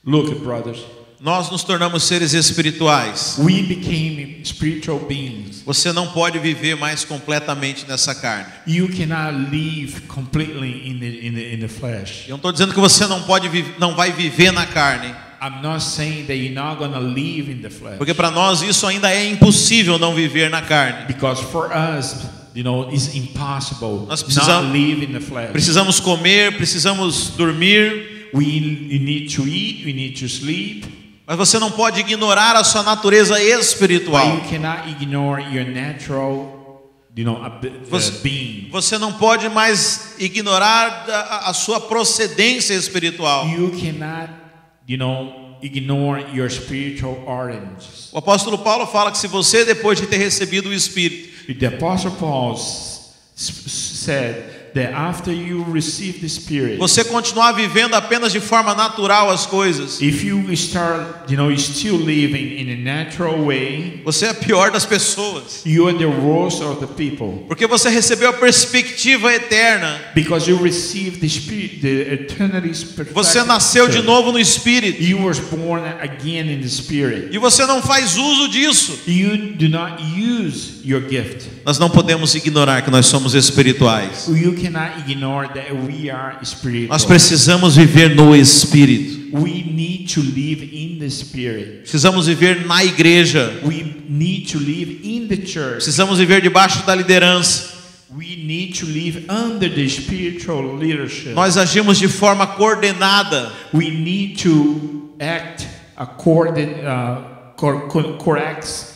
Speaker 2: Look, brothers,
Speaker 1: nós nos tornamos seres espirituais.
Speaker 2: we became spiritual beings.
Speaker 1: Você não pode viver mais completamente nessa carne.
Speaker 2: You cannot live completely in the, in the, in the flesh.
Speaker 1: Eu não estou dizendo que você não pode vi- não vai viver na carne,
Speaker 2: I'm not saying that you're not going to live in the flesh.
Speaker 1: porque para nós isso ainda é impossível não viver na carne.
Speaker 2: Because for us, you know, it's impossible
Speaker 1: Nós
Speaker 2: not
Speaker 1: precisamos-
Speaker 2: live in the flesh.
Speaker 1: Precisamos comer, precisamos dormir,
Speaker 2: We you need to eat, we need to sleep.
Speaker 1: Mas você não pode ignorar a sua natureza
Speaker 2: But you
Speaker 1: espiritual.
Speaker 2: cannot ignore your natural, you know, ab- uh,
Speaker 1: Você-
Speaker 2: being.
Speaker 1: Você não pode mais ignorar a, a- a sua procedência espiritual.
Speaker 2: You cannot, you know, ignore your spiritual oranges.
Speaker 1: O apóstolo Paulo fala que se você, depois de ter recebido o Espírito,
Speaker 2: The Apostle Paul s- s- said that after you receive the Spirit,
Speaker 1: você continuar vivendo apenas de forma natural as coisas,
Speaker 2: if you start, you know, you're still living in a natural way,
Speaker 1: você é a pior das pessoas.
Speaker 2: you are the worst of the people
Speaker 1: Porque você recebeu a perspectiva eterna.
Speaker 2: because you receive the Spirit, the eternity's
Speaker 1: Você
Speaker 2: perspective.
Speaker 1: nasceu de novo no Espírito.
Speaker 2: You were born again in the Spirit.
Speaker 1: E você não faz uso disso.
Speaker 2: You do not use your gift.
Speaker 1: Nós não podemos ignorar que nós somos espirituais.
Speaker 2: You cannot ignore that we are spiritual.
Speaker 1: Nós precisamos viver no Espírito.
Speaker 2: We need to live in the Spirit.
Speaker 1: Precisamos viver na igreja.
Speaker 2: We need to live in the church.
Speaker 1: Precisamos viver debaixo da liderança.
Speaker 2: We need to live under the spiritual leadership.
Speaker 1: Nós agimos de forma coordenada.
Speaker 2: We need to act according uh, cor- cor- correct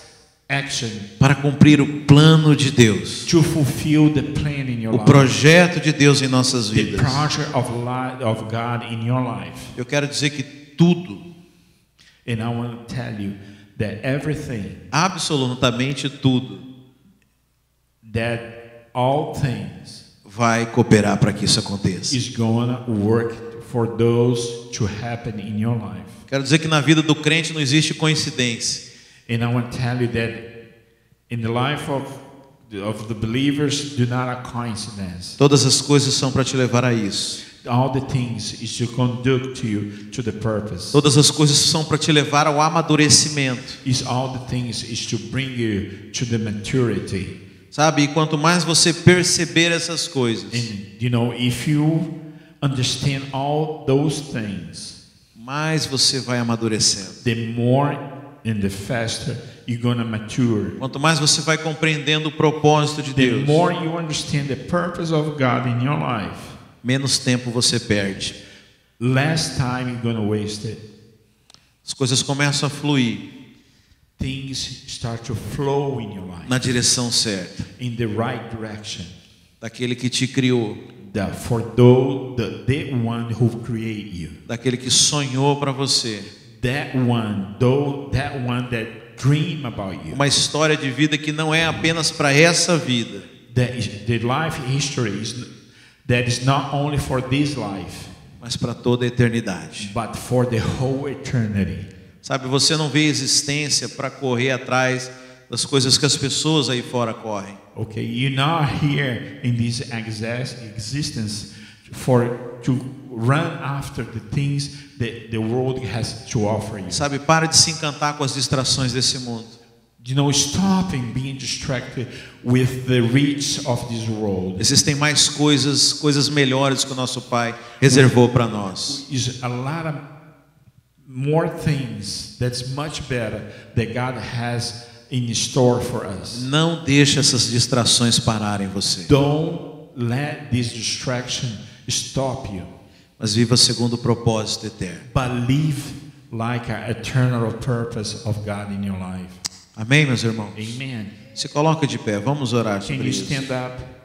Speaker 2: action
Speaker 1: para cumprir o plano de Deus,
Speaker 2: to fulfill the plan in your
Speaker 1: o
Speaker 2: life,
Speaker 1: projeto de Deus em nossas
Speaker 2: the
Speaker 1: vidas.
Speaker 2: project of life of God in your life.
Speaker 1: Eu quero dizer que tudo,
Speaker 2: And I want to tell you that everything,
Speaker 1: absolutamente tudo,
Speaker 2: that all things,
Speaker 1: vai cooperar para que isso aconteça.
Speaker 2: is gonna work for those to happen in your life.
Speaker 1: Quero dizer que na vida do crente não existe coincidência.
Speaker 2: And I want to tell you that in the life of of the believers, do not a coincidence.
Speaker 1: Todas as coisas são para te levar a isso.
Speaker 2: All the things is to conduct you to the purpose.
Speaker 1: Todas as coisas são para te levar ao amadurecimento.
Speaker 2: Is all the things is to bring you to the maturity.
Speaker 1: Sabe? E quanto mais você perceber essas
Speaker 2: And
Speaker 1: coisas,
Speaker 2: you know, if you understand all those things,
Speaker 1: mais você vai amadurecendo.
Speaker 2: the more and the faster you're going to mature.
Speaker 1: Quanto mais você vai compreendendo o propósito de
Speaker 2: The
Speaker 1: Deus,
Speaker 2: more you understand the purpose of God in your life,
Speaker 1: menos tempo você perde.
Speaker 2: less time you're going to waste it.
Speaker 1: As coisas começam a fluir
Speaker 2: Things start to flow in your life
Speaker 1: na direção certa,
Speaker 2: in the right direction.
Speaker 1: daquele que te criou,
Speaker 2: The, for those, the, the one who created you,
Speaker 1: daquele que sonhou para você.
Speaker 2: that one, though, that one that dream about you,
Speaker 1: Uma história de vida que não é apenas para essa vida,
Speaker 2: that is, the life history is that is not only for this life,
Speaker 1: mas para toda a eternidade.
Speaker 2: but for the whole eternity.
Speaker 1: Sabe, você não vê existência para correr atrás das coisas que as pessoas aí fora correm.
Speaker 2: Okay, you're not here in this exas- existence for to run after the things that the world has to offer you.
Speaker 1: Sabe, para de se encantar com as distrações desse mundo.
Speaker 2: You know, stopping being distracted with the reach of this world
Speaker 1: Existem mais coisas, coisas melhores que o nosso Pai reservou para nós.
Speaker 2: is a lot of more things that's much better that God has in store for us.
Speaker 1: Não deixe essas distrações pararem você.
Speaker 2: Don't let this distraction stop you.
Speaker 1: mas viva segundo o propósito eterno.
Speaker 2: but live like an eternal purpose of God in your life.
Speaker 1: Amém, meus irmãos?
Speaker 2: Amen.
Speaker 1: Se coloca de pé, vamos orar
Speaker 2: Can
Speaker 1: sobre
Speaker 2: you
Speaker 1: isso.
Speaker 2: stand up?